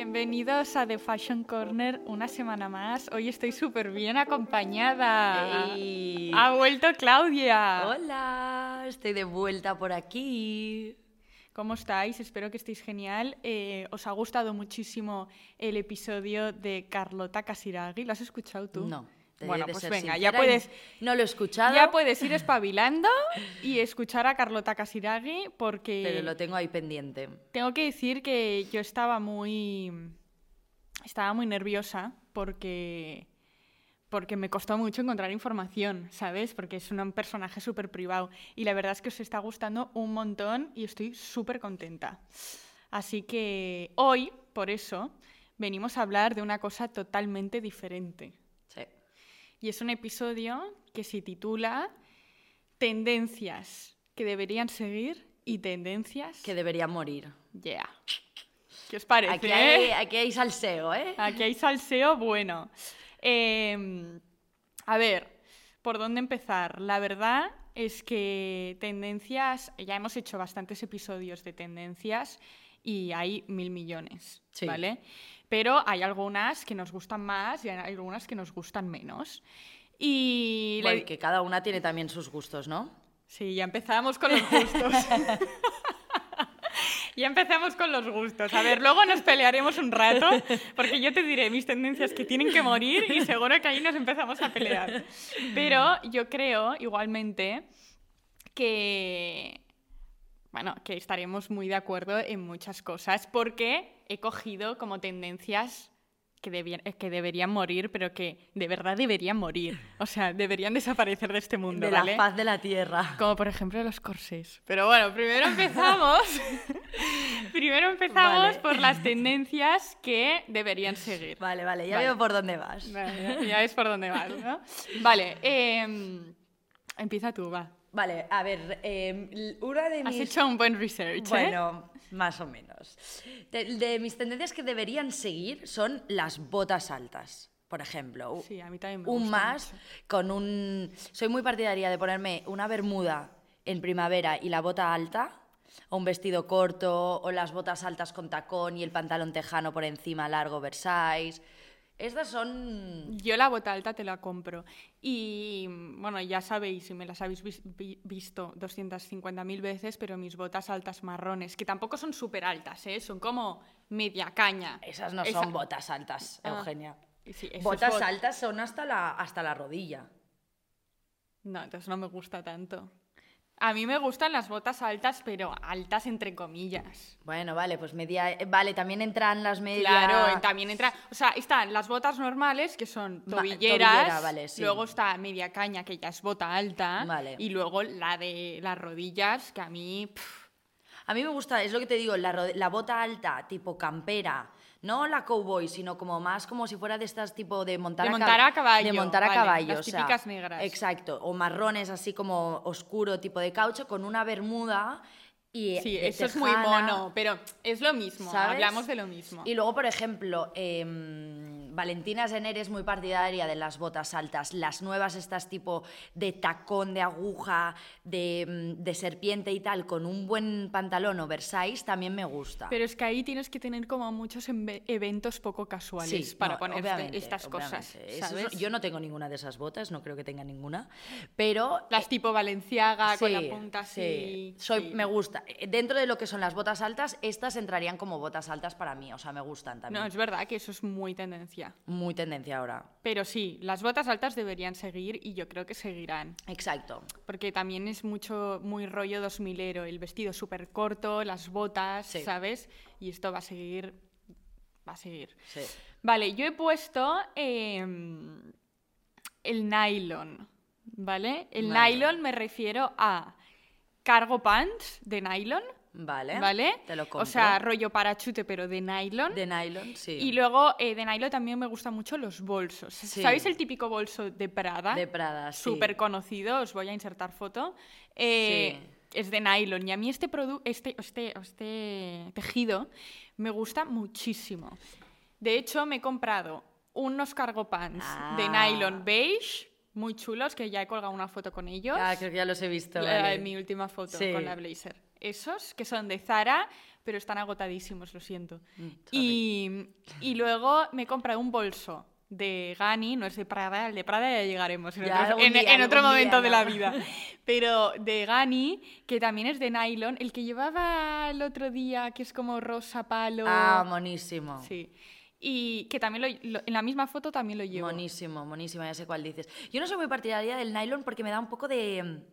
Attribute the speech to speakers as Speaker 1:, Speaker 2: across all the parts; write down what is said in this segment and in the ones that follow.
Speaker 1: Bienvenidos a The Fashion Corner una semana más. Hoy estoy súper bien acompañada.
Speaker 2: Ey.
Speaker 1: Ha vuelto Claudia.
Speaker 2: Hola, estoy de vuelta por aquí.
Speaker 1: ¿Cómo estáis? Espero que estéis genial. Eh, ¿Os ha gustado muchísimo el episodio de Carlota Casiraghi? ¿Lo has escuchado tú?
Speaker 2: No. te he
Speaker 1: Bueno,
Speaker 2: de
Speaker 1: pues
Speaker 2: ser
Speaker 1: venga, ya
Speaker 2: sincera,
Speaker 1: puedes,
Speaker 2: No lo he escuchado,
Speaker 1: ya puedes ir espabilando y escuchar a Carlota Casiraghi porque...
Speaker 2: pero lo tengo ahí pendiente.
Speaker 1: Tengo que decir que yo estaba muy. Estaba muy nerviosa porque. Porque me costó mucho encontrar información, ¿sabes? Porque es un personaje súper privado. Y la verdad es que os está gustando un montón y estoy súper contenta. Así que hoy, por eso, venimos a hablar de una cosa totalmente diferente.
Speaker 2: Sí.
Speaker 1: Y es un episodio que se titula Tendencias que deberían seguir y tendencias
Speaker 2: Que debería morir.
Speaker 1: Yeah. ¿Qué os parece?
Speaker 2: Aquí hay,
Speaker 1: eh?
Speaker 2: aquí hay salseo, ¿eh?
Speaker 1: Aquí hay salseo bueno. Eh, a ver, ¿por dónde empezar? La verdad es que tendencias, ya hemos hecho bastantes episodios de tendencias y hay mil millones,
Speaker 2: Sí.
Speaker 1: ¿vale? Pero hay algunas que nos gustan más y hay algunas que nos gustan menos. Y la-
Speaker 2: Bueno, que cada una tiene también sus gustos, ¿no?
Speaker 1: Sí, ya empezamos con los gustos. ya empezamos con los gustos. A ver, luego nos pelearemos un rato, porque yo te diré mis tendencias que tienen que morir y seguro que ahí nos empezamos a pelear. Pero yo creo, igualmente, que. Bueno, que estaremos muy de acuerdo en muchas cosas, porque he cogido como tendencias. Que, debien- eh, que deberían morir, pero que de verdad deberían morir. O sea, deberían desaparecer de este mundo.
Speaker 2: de
Speaker 1: ¿vale?
Speaker 2: la faz de la tierra.
Speaker 1: Como por ejemplo los corsés. Pero bueno, primero empezamos. primero empezamos
Speaker 2: Vale.
Speaker 1: por las tendencias que deberían seguir.
Speaker 2: Vale, vale, ya
Speaker 1: Vale.
Speaker 2: veo por dónde vas.
Speaker 1: Vale, ya- ya ves por dónde vas, ¿no? Vale, em, empieza tú, va.
Speaker 2: Vale, a ver, eh, una de
Speaker 1: Has
Speaker 2: mis...
Speaker 1: hecho un buen research, ¿eh?
Speaker 2: Bueno, más o menos. De, de mis tendencias que deberían seguir son las botas altas, por ejemplo.
Speaker 1: Sí, a mí también me
Speaker 2: un
Speaker 1: gusta
Speaker 2: más con un... Soy muy partidaria de ponerme una bermuda en primavera y la bota alta, o un vestido corto, o las botas altas con tacón y el pantalón tejano por encima largo, Versailles. Estas son...
Speaker 1: Yo la bota alta te la compro. Y bueno, ya sabéis, y me las habéis vis- vi- visto 250.000 veces, pero mis botas altas marrones, que tampoco son súper altas, ¿eh? son como media caña.
Speaker 2: Esas no
Speaker 1: Esa-
Speaker 2: son botas altas,
Speaker 1: Ah.
Speaker 2: Eugenia.
Speaker 1: Sí, eso es
Speaker 2: Botas
Speaker 1: bot-
Speaker 2: altas son hasta la, hasta la rodilla.
Speaker 1: No, entonces no me gusta tanto. A mí me gustan las botas altas, pero altas entre comillas.
Speaker 2: Bueno, vale, pues media. eh, Vale, también entran las medias.
Speaker 1: Claro, y también entra. O sea, están las botas normales, que son
Speaker 2: Ma-
Speaker 1: tobilleras.
Speaker 2: tobillera, vale, sí.
Speaker 1: Luego está media caña, que ya es bota alta.
Speaker 2: Vale.
Speaker 1: Y luego la de las rodillas, que a mí. pff,
Speaker 2: A mí me gusta, es lo que te digo, la, ro- la bota alta, tipo campera. No la cowboy, sino como más como si fuera de estas tipo de montar,
Speaker 1: De
Speaker 2: cab-
Speaker 1: montar a caballo,
Speaker 2: De montar a
Speaker 1: vale,
Speaker 2: caballo.
Speaker 1: las
Speaker 2: o sea,
Speaker 1: típicas negras.
Speaker 2: Exacto. O marrones así como oscuro, tipo de caucho, con una bermuda y.
Speaker 1: sí,
Speaker 2: de
Speaker 1: eso es muy
Speaker 2: tejana.
Speaker 1: mono, pero es lo mismo.
Speaker 2: ¿sabes?
Speaker 1: Hablamos de lo mismo.
Speaker 2: Y luego, por ejemplo, em, Valentina Zener es muy partidaria de las botas altas, las nuevas estas tipo de tacón, de aguja, de, em, de serpiente y tal, con un buen pantalón oversize también me gusta.
Speaker 1: Pero es que ahí tienes que tener como muchos embe- eventos poco casuales para
Speaker 2: no,
Speaker 1: poner
Speaker 2: obviamente,
Speaker 1: estas cosas.
Speaker 2: obviamente. Eso es-
Speaker 1: ¿sabes?
Speaker 2: yo no tengo ninguna de esas botas, no creo que tenga ninguna, pero
Speaker 1: Las tipo Valenciaga Ah, con la
Speaker 2: Sí,
Speaker 1: punta
Speaker 2: sí.
Speaker 1: así.
Speaker 2: Soy,
Speaker 1: sí.
Speaker 2: Me gusta. Eh, Dentro de lo que son las botas altas, estas entrarían como botas altas para mí, o sea, me gustan también.
Speaker 1: No, es verdad que eso es muy tendencia.
Speaker 2: Muy tendencia ahora.
Speaker 1: Pero sí, las botas altas deberían seguir y yo creo que seguirán.
Speaker 2: Exacto.
Speaker 1: Porque también es mucho, muy rollo 2000 el vestido súper corto, las botas,
Speaker 2: Sí.
Speaker 1: ¿sabes? Y esto va a seguir. Va a seguir.
Speaker 2: Sí.
Speaker 1: Vale, yo he puesto eh, el nylon, ¿vale? El
Speaker 2: Vale.
Speaker 1: nylon me refiero a cargo pants de nylon.
Speaker 2: Vale.
Speaker 1: ¿Vale?
Speaker 2: Te lo compro.
Speaker 1: O sea, rollo parachute, pero de nylon.
Speaker 2: de nylon, sí.
Speaker 1: Y luego eh, de nylon también me gustan mucho los bolsos.
Speaker 2: Sí.
Speaker 1: ¿Sabéis el típico bolso de Prada?
Speaker 2: De Prada, sí.
Speaker 1: Súper conocido, os voy a insertar foto. Eh, Es de nylon y a mí este, produ- este, este, este tejido me gusta muchísimo. De hecho, me he comprado unos cargo pants de
Speaker 2: Ah.
Speaker 1: nylon beige, muy chulos, que ya he colgado una foto con ellos.
Speaker 2: Ah, creo que ya los he visto.
Speaker 1: La-
Speaker 2: vale.
Speaker 1: mi última foto
Speaker 2: Sí.
Speaker 1: con la blazer. Esos que son de Zara pero están agotadísimos, lo siento.
Speaker 2: Mm,
Speaker 1: Y, y luego me compré un bolso de Gani, no es de Prada, el de Prada ya llegaremos en
Speaker 2: Ya
Speaker 1: otros-
Speaker 2: algún
Speaker 1: en-
Speaker 2: día,
Speaker 1: en otro
Speaker 2: algún día,
Speaker 1: momento de la
Speaker 2: ¿no?
Speaker 1: vida, pero de Gani, que también es de nylon, el que llevaba el otro día, que es como rosa palo.
Speaker 2: Ah, monísimo.
Speaker 1: Sí. Y que también lo, lo- en la misma foto también lo llevo.
Speaker 2: Monísimo, monísimo, ya sé cuál dices. Yo no soy muy partidaria del nylon porque me da un poco de,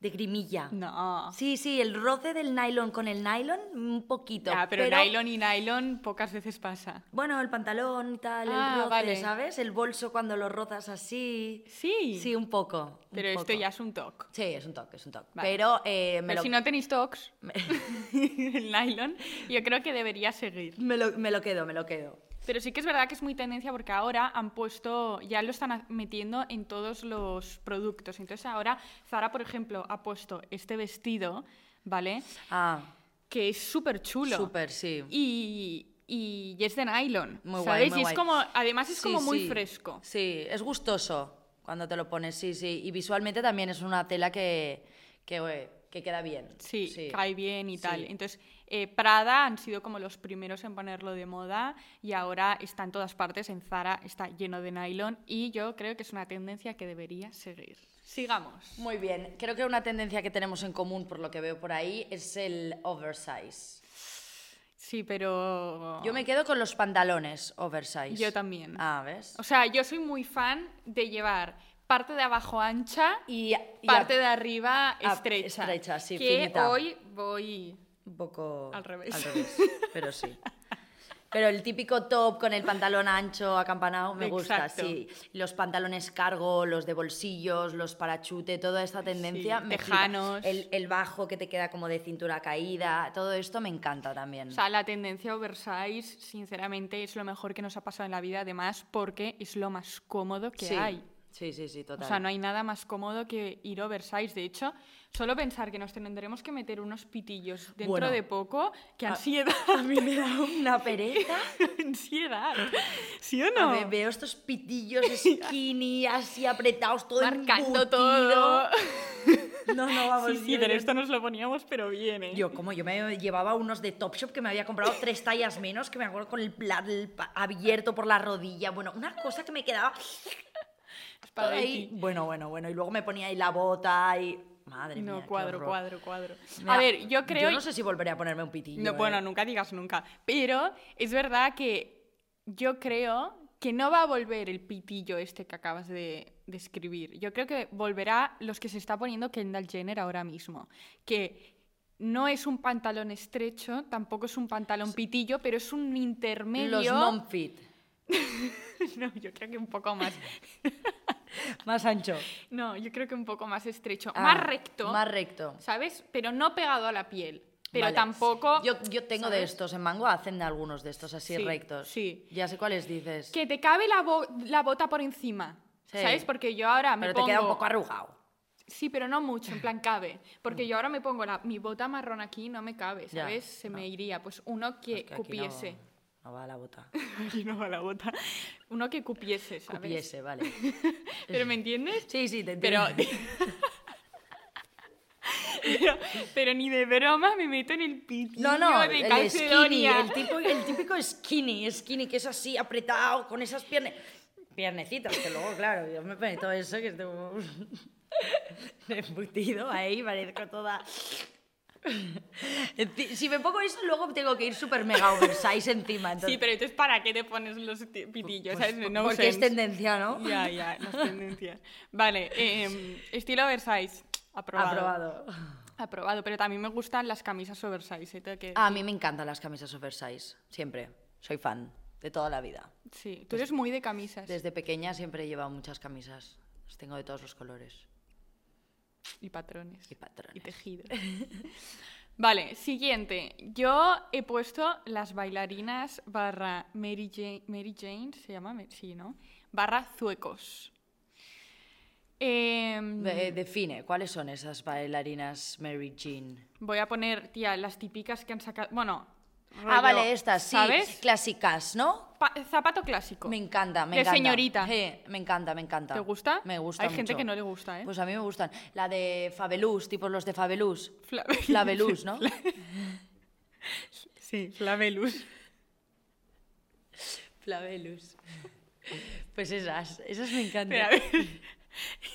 Speaker 2: de grimilla.
Speaker 1: No.
Speaker 2: Sí, sí, el roce del nylon con el nylon, un poquito.
Speaker 1: Ya, pero, nylon y nylon pocas veces pasa.
Speaker 2: Bueno, el pantalón y tal,
Speaker 1: Ah,
Speaker 2: el roce,
Speaker 1: vale.
Speaker 2: ¿sabes? El bolso cuando lo rozas así.
Speaker 1: Sí.
Speaker 2: Sí, un poco. un
Speaker 1: pero esto
Speaker 2: poco.
Speaker 1: ya es un toque.
Speaker 2: Sí, es un toque, es un toque.
Speaker 1: Vale.
Speaker 2: Pero eh, me
Speaker 1: Pero
Speaker 2: lo...
Speaker 1: si no tenéis toques, el nylon, yo creo que debería seguir.
Speaker 2: Me lo, me lo quedo, me lo quedo.
Speaker 1: Pero sí que es verdad que es muy tendencia porque ahora han puesto, ya lo están a- metiendo en todos los productos. Entonces ahora Zara, por ejemplo, ha puesto este vestido, ¿vale?
Speaker 2: Ah,
Speaker 1: Que es súper chulo.
Speaker 2: súper, sí.
Speaker 1: y, y es de nylon.
Speaker 2: Muy guay,
Speaker 1: ¿sabes?
Speaker 2: muy
Speaker 1: y es
Speaker 2: guay.
Speaker 1: como, además es
Speaker 2: Sí,
Speaker 1: como muy
Speaker 2: sí.
Speaker 1: fresco.
Speaker 2: Sí, es gustoso cuando te lo pones, sí, sí. Y visualmente también es una tela que, que, eh, que queda bien.
Speaker 1: Sí, cae bien y
Speaker 2: Sí.
Speaker 1: tal. Entonces, eh, Prada han sido como los primeros en ponerlo de moda y ahora está en todas partes. En Zara está lleno de nylon y yo creo que es una tendencia que debería seguir. Sigamos.
Speaker 2: Muy bien, creo que una tendencia que tenemos en común, por lo que veo por ahí, es el oversize.
Speaker 1: Sí, pero.
Speaker 2: Yo me quedo con los pantalones oversize.
Speaker 1: Oh. Yo también.
Speaker 2: Ah, ¿ves?
Speaker 1: O sea, yo soy muy fan de llevar parte de abajo ancha
Speaker 2: Y, y
Speaker 1: parte
Speaker 2: a-
Speaker 1: de arriba
Speaker 2: a-
Speaker 1: estrecha.
Speaker 2: estrecha, sí,
Speaker 1: que
Speaker 2: finita.
Speaker 1: hoy voy
Speaker 2: Un poco...
Speaker 1: Al revés.
Speaker 2: Al revés, pero sí. Pero el típico top con el pantalón ancho, acampanado, me gusta,
Speaker 1: Exacto.
Speaker 2: sí. Los pantalones cargo, los de bolsillos, los parachute, toda esta tendencia.
Speaker 1: Sí,
Speaker 2: me flipa.
Speaker 1: tejanos.
Speaker 2: El, el bajo que te queda como de cintura caída, todo esto me encanta también.
Speaker 1: O sea, la tendencia oversize, sinceramente, es lo mejor que nos ha pasado en la vida, además, porque es lo más cómodo que
Speaker 2: sí.
Speaker 1: hay.
Speaker 2: Sí, sí, sí,
Speaker 1: O
Speaker 2: total.
Speaker 1: sea, no hay nada más cómodo que ir oversize. De hecho, solo pensar que nos tendremos que meter unos pitillos dentro
Speaker 2: Bueno.
Speaker 1: de poco, que ansiedad.
Speaker 2: Ah, A mí me da una pereza.
Speaker 1: ansiedad. ¿Sí o
Speaker 2: A
Speaker 1: no?
Speaker 2: ver, veo estos pitillos skinny, así apretados, todo
Speaker 1: Marcando
Speaker 2: embutido.
Speaker 1: todo.
Speaker 2: No, no, vamos.
Speaker 1: Sí, sí,
Speaker 2: yo-
Speaker 1: pero
Speaker 2: yo-
Speaker 1: esto nos lo poníamos, pero bien, ¿eh?
Speaker 2: Yo, como yo me llevaba unos de Topshop que me había comprado tres tallas menos, que me acuerdo con el plan abierto por la rodilla. Bueno, una cosa que me quedaba todo ahí.
Speaker 1: Espagueti.
Speaker 2: Bueno, bueno, bueno. Y luego me ponía ahí la bota y. Madre mía.
Speaker 1: No,
Speaker 2: qué
Speaker 1: cuadro,
Speaker 2: horror.
Speaker 1: cuadro, cuadro.
Speaker 2: Me
Speaker 1: A
Speaker 2: da-
Speaker 1: ver, yo creo...
Speaker 2: Yo no sé si volveré a ponerme un pitillo.
Speaker 1: No,
Speaker 2: eh.
Speaker 1: bueno, nunca digas nunca. Pero es verdad que yo creo que no va a volver el pitillo este que acabas de describir. yo creo que volverá los que se está poniendo Kendall Jenner ahora mismo. Que no es un pantalón estrecho, tampoco es un pantalón pitillo, pero es un intermedio.
Speaker 2: Los non-fit.
Speaker 1: no, yo creo que un poco más.
Speaker 2: Más ancho.
Speaker 1: No, yo creo que un poco más estrecho.
Speaker 2: Ah,
Speaker 1: más recto.
Speaker 2: Más recto.
Speaker 1: ¿Sabes? Pero no pegado a la piel. Pero
Speaker 2: Vale.
Speaker 1: tampoco.
Speaker 2: Yo, yo tengo de
Speaker 1: ¿sabes?
Speaker 2: estos. En Mango hacen algunos de estos así
Speaker 1: Sí,
Speaker 2: rectos.
Speaker 1: sí.
Speaker 2: Ya sé cuáles dices.
Speaker 1: Que te cabe la, bo- la bota por encima.
Speaker 2: Sí.
Speaker 1: ¿Sabes? Porque yo ahora Ah, me
Speaker 2: Pero te
Speaker 1: pongo.
Speaker 2: queda un poco arrugado.
Speaker 1: Sí, pero no mucho, en plan cabe. Porque yo ahora me pongo la- mi bota marrón aquí y no me cabe,
Speaker 2: Mm. Ya, Ah.
Speaker 1: ¿sabes? Se me iría. Pues uno que
Speaker 2: Es que aquí no-
Speaker 1: cupiese.
Speaker 2: no va la bota.
Speaker 1: Aquí no va la bota. Uno que cupiese, ¿sabes?
Speaker 2: Cupiese, vale.
Speaker 1: ¿Pero me entiendes?
Speaker 2: Sí, sí, te entiendo.
Speaker 1: Pero. Pero, pero ni de broma me meto en el pitillo
Speaker 2: no, no,
Speaker 1: de
Speaker 2: el skinny,
Speaker 1: calcedonia.
Speaker 2: el típico, el típico skinny, skinny que es así apretado con esas piernas, piernecitas, que luego, claro, yo me pongo todo eso que estuvo embutido ahí, parezco toda... Enti- Si me pongo eso, luego tengo que ir súper mega oversize encima. Entonces,
Speaker 1: Sí, pero entonces, ¿para qué te pones los ti- pitillos?
Speaker 2: Pues,
Speaker 1: ¿sabes? No
Speaker 2: porque es
Speaker 1: sense.
Speaker 2: tendencia, ¿no?
Speaker 1: Ya, ya, las tendencias. Vale, em, estilo oversize. Aprobado.
Speaker 2: Aprobado.
Speaker 1: Aprobado, pero también me gustan las camisas oversize. ¿eh? Tengo que-
Speaker 2: A mí me encantan las camisas oversize, siempre. Soy fan de toda la vida.
Speaker 1: Sí,
Speaker 2: pues
Speaker 1: tú eres muy de camisas.
Speaker 2: Desde pequeña siempre he llevado muchas camisas. Las tengo de todos los colores
Speaker 1: Y patrones.
Speaker 2: y patrones.
Speaker 1: Y tejidos. Vale, siguiente. Yo he puesto las bailarinas barra Mary Jane, Mary Jane ¿se llama? Me- Sí, ¿no? Barra zuecos. Em,
Speaker 2: Ve- eh, define, ¿cuáles son esas bailarinas Mary Jean?
Speaker 1: Voy a poner, tía, las típicas que han sacado. Bueno.
Speaker 2: ah,
Speaker 1: rollo,
Speaker 2: vale, estas, sí,
Speaker 1: ¿Sabes?
Speaker 2: clásicas, ¿no?
Speaker 1: Pa- zapato clásico.
Speaker 2: Me encanta, me
Speaker 1: De
Speaker 2: encanta.
Speaker 1: señorita.
Speaker 2: Sí, me encanta, me encanta.
Speaker 1: ¿Te gusta?
Speaker 2: Me gusta
Speaker 1: Hay gente
Speaker 2: mucho.
Speaker 1: que no le gusta, ¿eh?
Speaker 2: Pues a mí me gustan. La de Fabelús, tipo los de Fabelús.
Speaker 1: Fla-
Speaker 2: Flavelús, ¿no?
Speaker 1: Sí, Flamelus.
Speaker 2: Flavelus. Pues esas, esas me encantan.
Speaker 1: Espera, a ver.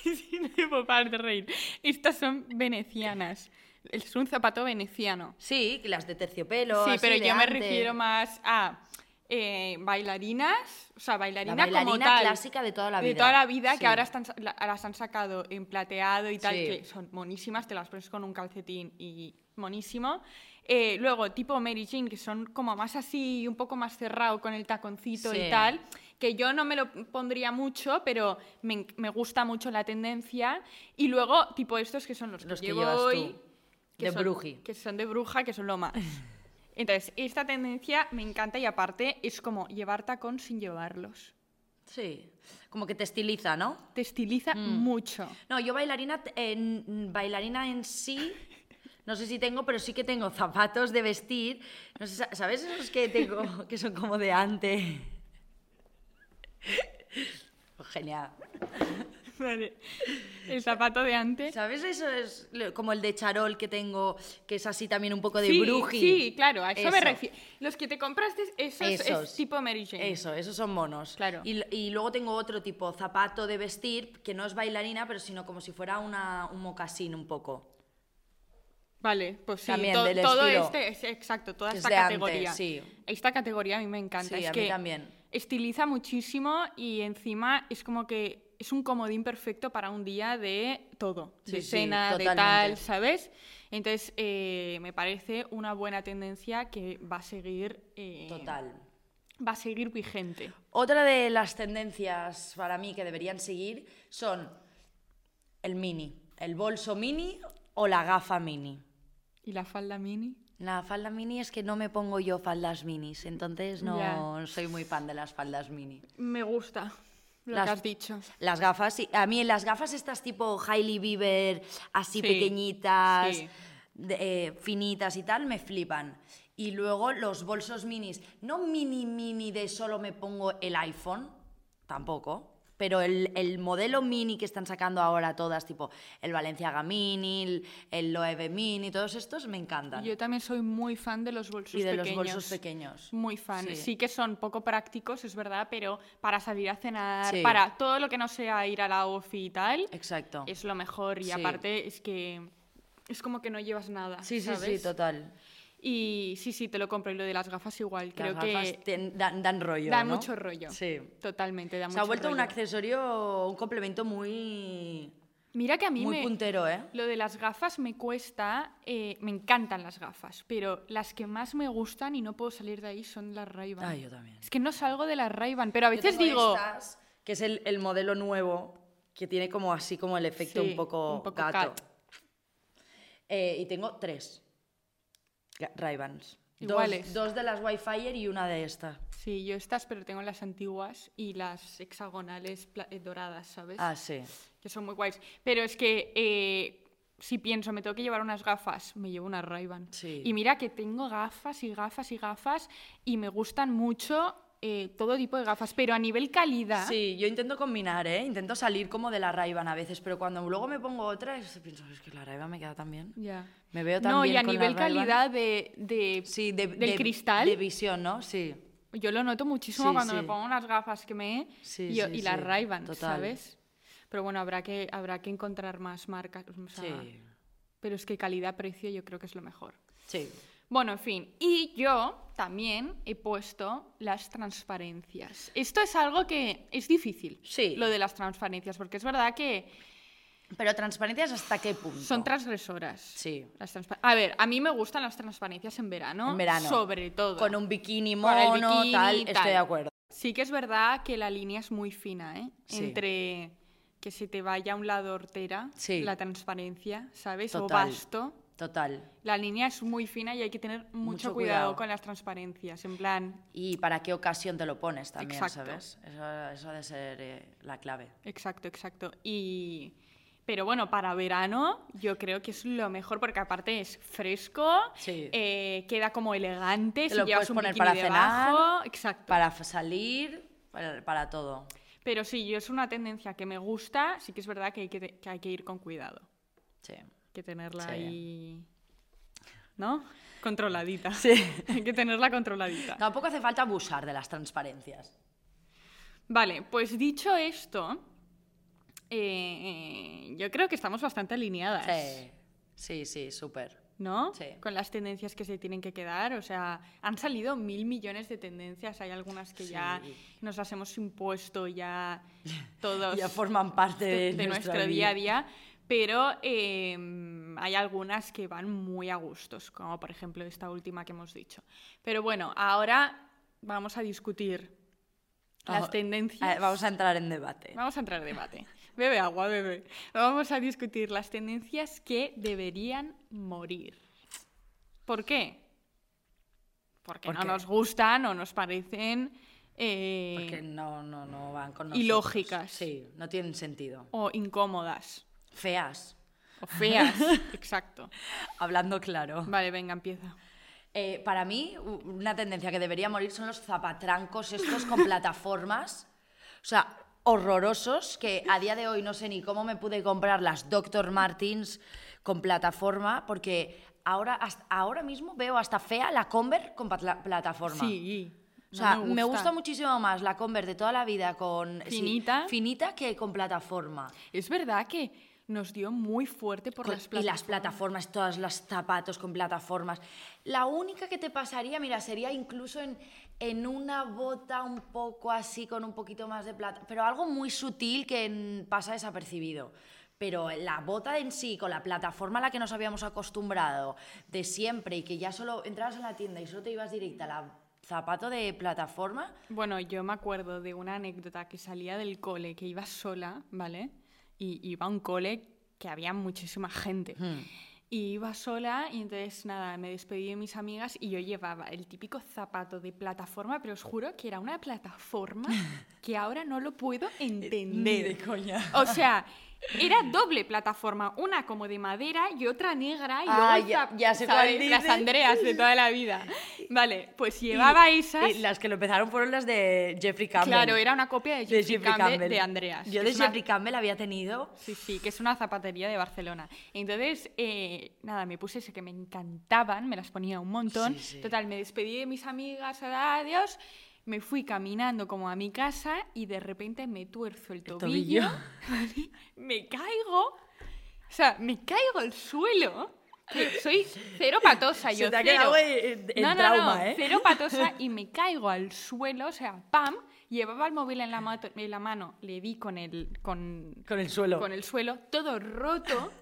Speaker 1: si no me puedo parar de reír. Estas son venecianas. Es un zapato veneciano.
Speaker 2: Sí, que las de terciopelo.
Speaker 1: sí,
Speaker 2: así,
Speaker 1: pero
Speaker 2: de
Speaker 1: yo me
Speaker 2: arte.
Speaker 1: refiero más a eh, bailarinas, o sea,
Speaker 2: La
Speaker 1: bailarina,
Speaker 2: bailarina
Speaker 1: como tal.
Speaker 2: clásica de toda la vida.
Speaker 1: De toda la vida,
Speaker 2: Sí.
Speaker 1: que ahora están, la- las han sacado en plateado y tal,
Speaker 2: Sí.
Speaker 1: que son monísimas, te las pones con un calcetín y monísimo. Eh, luego, tipo Mary Jane, que son como más así, un poco más cerrado con el taconcito
Speaker 2: Sí.
Speaker 1: y tal, que yo no me lo pondría mucho, pero me, en- me gusta mucho la tendencia. Y luego, tipo estos que son los,
Speaker 2: Los que
Speaker 1: llevo
Speaker 2: llevas tú,
Speaker 1: hoy. que
Speaker 2: de
Speaker 1: son-
Speaker 2: bruji.
Speaker 1: Que son de bruja, que son lo más. Entonces, esta tendencia me encanta y aparte es como llevar tacón sin llevarlos.
Speaker 2: Sí. Como que te estiliza, ¿no?
Speaker 1: Te estiliza
Speaker 2: Mm.
Speaker 1: mucho.
Speaker 2: No, yo bailarina, t- en- mm, bailarina en sí, no sé si tengo, pero sí que tengo zapatos de vestir. No sé, sa- ¿Sabes esos que tengo que son como de antes? Genial.
Speaker 1: Vale. El zapato de antes.
Speaker 2: ¿Sabes eso es lo- como el de charol que tengo, que es así también un poco de
Speaker 1: sí,
Speaker 2: bruji?
Speaker 1: sí, claro, a eso, me
Speaker 2: Eso.
Speaker 1: refiero. Los que te compraste, esos,
Speaker 2: Esos.
Speaker 1: es tipo Mary Jane.
Speaker 2: Eso, esos son monos.
Speaker 1: Claro.
Speaker 2: Y, l- y luego tengo otro tipo, zapato de vestir, que no es bailarina, pero sino como si fuera una, un mocasín un poco.
Speaker 1: Vale, pues sí,
Speaker 2: También
Speaker 1: to-
Speaker 2: del
Speaker 1: todo
Speaker 2: estilo.
Speaker 1: este, es- exacto, toda
Speaker 2: Que es
Speaker 1: esta
Speaker 2: de antes,
Speaker 1: categoría.
Speaker 2: sí.
Speaker 1: Esta categoría a mí me encanta.
Speaker 2: Sí,
Speaker 1: es
Speaker 2: a mí
Speaker 1: que
Speaker 2: también.
Speaker 1: Estiliza muchísimo y encima es como que es un comodín perfecto para un día de todo,
Speaker 2: Sí,
Speaker 1: de
Speaker 2: sí,
Speaker 1: cena, de
Speaker 2: totalmente.
Speaker 1: tal, ¿sabes? Entonces, eh, me parece una buena tendencia que va a seguir. eh,
Speaker 2: Total.
Speaker 1: Va a seguir vigente.
Speaker 2: Otra de las tendencias para mí que deberían seguir son el mini, el bolso mini o la gafa mini.
Speaker 1: ¿Y la falda mini?
Speaker 2: La falda mini es que no me pongo yo faldas minis, entonces no
Speaker 1: Ya.
Speaker 2: soy muy fan de las faldas mini.
Speaker 1: Me gusta lo
Speaker 2: Las-
Speaker 1: que has dicho.
Speaker 2: Las gafas, sí. A mí las gafas estas tipo Hailey Bieber, así
Speaker 1: Sí,
Speaker 2: pequeñitas,
Speaker 1: sí.
Speaker 2: de- eh, finitas y tal, me flipan. Y luego los bolsos minis. No mini mini de solo me pongo el iPhone, tampoco. Pero el, el modelo mini que están sacando ahora todas, tipo el Valenciaga Mini, el, el Loewe Mini, todos estos me encantan.
Speaker 1: Yo también soy muy fan de los bolsos
Speaker 2: y de
Speaker 1: pequeños.
Speaker 2: los bolsos pequeños.
Speaker 1: Muy fan.
Speaker 2: Sí.
Speaker 1: Sí. que son poco prácticos, es verdad, pero para salir a cenar,
Speaker 2: Sí.
Speaker 1: para todo lo que no sea ir a la OFI y tal,
Speaker 2: Exacto.
Speaker 1: es lo mejor. Y
Speaker 2: Sí.
Speaker 1: aparte es que es como que no llevas nada.
Speaker 2: Sí, sí, sí,
Speaker 1: ¿sabes?
Speaker 2: total.
Speaker 1: Y sí, sí, te lo compro. Y lo de las gafas igual. Creo
Speaker 2: Las
Speaker 1: que
Speaker 2: gafas ten- dan, dan rollo.
Speaker 1: da
Speaker 2: ¿no?
Speaker 1: mucho rollo.
Speaker 2: Sí.
Speaker 1: Totalmente, da
Speaker 2: Se
Speaker 1: mucho
Speaker 2: ha vuelto un
Speaker 1: rollo.
Speaker 2: accesorio, un complemento muy,
Speaker 1: Mira que a mí
Speaker 2: muy
Speaker 1: me...
Speaker 2: puntero, ¿eh?
Speaker 1: Lo de las gafas me cuesta, eh, me encantan las gafas, pero las que más me gustan y no puedo salir de ahí son las ray
Speaker 2: Ah, yo también.
Speaker 1: Es que no salgo de las ray pero a
Speaker 2: Yo
Speaker 1: veces
Speaker 2: tengo
Speaker 1: digo...
Speaker 2: estas, que es el, el modelo nuevo, que tiene como así como el efecto
Speaker 1: Sí,
Speaker 2: un poco,
Speaker 1: un poco
Speaker 2: gato.
Speaker 1: cat.
Speaker 2: Eh, y tengo tres Ga- Ray-Bans. Dos-
Speaker 1: Iguales.
Speaker 2: Dos, de las Wi-Fi y una de esta.
Speaker 1: Sí, yo estas, pero tengo las antiguas y las hexagonales pla- eh, doradas, ¿sabes?
Speaker 2: Ah, sí.
Speaker 1: Que son muy guays. Pero es que eh, si pienso, me tengo que llevar unas gafas, me llevo unas ray
Speaker 2: Sí.
Speaker 1: Y mira que tengo gafas y gafas y gafas y me gustan mucho eh, todo tipo de gafas, pero a nivel calidad...
Speaker 2: Sí, yo intento combinar, ¿eh? Intento salir como de la Ray-Ban a veces, pero cuando luego me pongo otra, es- pienso, es que la Ray-Ban me queda tan bien.
Speaker 1: Ya.
Speaker 2: Me veo tan
Speaker 1: No, y
Speaker 2: bien
Speaker 1: a
Speaker 2: con la
Speaker 1: nivel
Speaker 2: Ray-Ban.
Speaker 1: calidad de, de-
Speaker 2: Sí, de,
Speaker 1: del
Speaker 2: de-
Speaker 1: cristal,
Speaker 2: De visión, ¿no? Sí.
Speaker 1: yo lo noto muchísimo
Speaker 2: Sí,
Speaker 1: cuando
Speaker 2: sí.
Speaker 1: me pongo unas gafas que me
Speaker 2: Sí,
Speaker 1: y, yo-
Speaker 2: sí,
Speaker 1: y las
Speaker 2: sí,
Speaker 1: Ray-Ban,
Speaker 2: total.
Speaker 1: ¿sabes? Pero bueno, habrá que, habrá que encontrar más marcas. o sea,
Speaker 2: Sí.
Speaker 1: Pero es que calidad-precio yo creo que es lo mejor.
Speaker 2: Sí.
Speaker 1: Bueno, en fin. Y yo también he puesto las transparencias. Esto es algo que es difícil,
Speaker 2: Sí.
Speaker 1: lo de las transparencias, porque es verdad que
Speaker 2: Pero transparencias hasta qué punto?
Speaker 1: son transgresoras.
Speaker 2: Sí.
Speaker 1: Las transpa- a ver, a mí me gustan las transparencias en verano.
Speaker 2: En verano.
Speaker 1: Sobre todo.
Speaker 2: Con un bikini
Speaker 1: Con el
Speaker 2: mono,
Speaker 1: bikini,
Speaker 2: tal,
Speaker 1: tal.
Speaker 2: estoy de acuerdo.
Speaker 1: Sí que es verdad que la línea es muy fina, ¿eh?
Speaker 2: Sí.
Speaker 1: Entre que se te vaya a un lado hortera,
Speaker 2: Sí.
Speaker 1: la transparencia, ¿sabes?
Speaker 2: Total.
Speaker 1: O basto.
Speaker 2: Total.
Speaker 1: La línea es muy fina y hay que tener mucho,
Speaker 2: Mucho
Speaker 1: cuidado.
Speaker 2: cuidado.
Speaker 1: con las transparencias. En plan,
Speaker 2: Y para qué ocasión te lo pones también,
Speaker 1: Exacto.
Speaker 2: ¿sabes? Eso, eso ha de ser eh, la clave.
Speaker 1: exacto, exacto. Y... Pero bueno, para verano yo creo que es lo mejor porque aparte es fresco,
Speaker 2: Sí.
Speaker 1: eh, queda como elegante,
Speaker 2: Te
Speaker 1: si
Speaker 2: lo
Speaker 1: llevas
Speaker 2: puedes
Speaker 1: un
Speaker 2: poner
Speaker 1: bikini
Speaker 2: para
Speaker 1: debajo, exacto.
Speaker 2: Para f- salir, para, para todo.
Speaker 1: Pero sí, yo es una tendencia que me gusta, sí que es verdad que hay que, te- que hay que ir con cuidado.
Speaker 2: Sí.
Speaker 1: que tenerla
Speaker 2: Sí.
Speaker 1: ahí ¿no? Controladita.
Speaker 2: Sí.
Speaker 1: Hay que tenerla controladita.
Speaker 2: Tampoco hace falta abusar de las transparencias.
Speaker 1: Vale, pues dicho esto, eh, yo creo que estamos bastante alineadas.
Speaker 2: Sí, sí, sí, súper.
Speaker 1: ¿no?
Speaker 2: Sí.
Speaker 1: Con las tendencias que se tienen que quedar. O sea, han salido mil millones de tendencias. Hay algunas que ya
Speaker 2: Sí.
Speaker 1: nos las hemos impuesto ya todos
Speaker 2: Ya forman parte de,
Speaker 1: de, de
Speaker 2: nuestra
Speaker 1: nuestro
Speaker 2: vida.
Speaker 1: día a día. Pero eh, hay algunas que van muy a gustos, como por ejemplo esta última que hemos dicho. Pero bueno, ahora vamos a discutir las
Speaker 2: Vamos-
Speaker 1: tendencias.
Speaker 2: Eh, Vamos a entrar en debate.
Speaker 1: Vamos a entrar en debate. Bebe agua, bebe. Vamos a discutir las tendencias que deberían morir. ¿Por qué? Porque
Speaker 2: ¿Por
Speaker 1: no
Speaker 2: qué?
Speaker 1: nos gustan o nos parecen eh,
Speaker 2: Porque no, no, no van con nosotros.
Speaker 1: Y lógicas.
Speaker 2: Sí, no tienen sentido.
Speaker 1: o incómodas
Speaker 2: Feas,
Speaker 1: o feas. Exacto.
Speaker 2: hablando claro.
Speaker 1: Vale, venga, empieza.
Speaker 2: Eh, para mí, u- una tendencia que debería morir son los zapatrancos estos con plataformas. O sea, horrorosos, que a día de hoy no sé ni cómo me pude comprar las Dr. Martins con plataforma, porque ahora, hasta- ahora mismo veo hasta fea la Converse con patla- plataforma.
Speaker 1: Sí.
Speaker 2: O
Speaker 1: no
Speaker 2: sea, me, gusta. muchísimo más la Converse de toda la vida con sí,
Speaker 1: Finita.
Speaker 2: finita que con plataforma.
Speaker 1: Es verdad que nos dio muy fuerte por
Speaker 2: Con-
Speaker 1: las
Speaker 2: y
Speaker 1: plataformas.
Speaker 2: las plataformas, todos los zapatos con plataformas. La única que te pasaría, mira, sería incluso en, en una bota un poco así, con un poquito más de plata, pero algo muy sutil que mm, pasa desapercibido. Pero la bota en sí, con la plataforma a la que nos habíamos acostumbrado de siempre y que ya solo entrabas en la tienda y solo te ibas directa al zapato de plataforma,
Speaker 1: Bueno, yo me acuerdo de una anécdota que salía del cole, que iba sola, ¿vale? Y iba a un cole que había muchísima gente. Y iba sola y entonces nada, me despedí de mis amigas y yo llevaba el típico zapato de plataforma, pero os juro que era una plataforma que ahora no lo puedo entender.
Speaker 2: Eh, de coña.
Speaker 1: O sea, era doble plataforma, una como de madera y otra negra y
Speaker 2: Ah,
Speaker 1: luego el
Speaker 2: ya-
Speaker 1: zap-
Speaker 2: ya sé cuál
Speaker 1: ¿sabes? las
Speaker 2: dices.
Speaker 1: Andreas de toda la vida. Vale, pues llevaba
Speaker 2: Y-
Speaker 1: esas.
Speaker 2: y las que lo empezaron fueron las de Jeffrey Campbell.
Speaker 1: Claro, era una copia de
Speaker 2: De
Speaker 1: Jeffrey,
Speaker 2: Jeffrey
Speaker 1: Campbell,
Speaker 2: Campbell.
Speaker 1: de Andreas.
Speaker 2: Yo
Speaker 1: que
Speaker 2: de
Speaker 1: es una-
Speaker 2: Jeffrey Campbell había tenido.
Speaker 1: Sí, sí, que es una zapatería de Barcelona. Entonces, eh, nada, me puse ese que me encantaban, me las ponía un montón.
Speaker 2: Sí, sí.
Speaker 1: Total, me despedí de mis amigas, adiós. Me fui caminando como a mi casa y de repente me tuerzo el tobillo.
Speaker 2: tobillo.
Speaker 1: ¿vale? me caigo. O sea, me caigo al suelo. que Soy cero patosa,
Speaker 2: Se
Speaker 1: yo
Speaker 2: te ha
Speaker 1: cero.
Speaker 2: quedado en- en trauma, ¿eh?
Speaker 1: Cero patosa y me caigo al suelo, o sea, pam, llevaba el móvil en la, mato- en la mano, le di con el, con,
Speaker 2: Con el suelo.
Speaker 1: con el suelo, todo roto,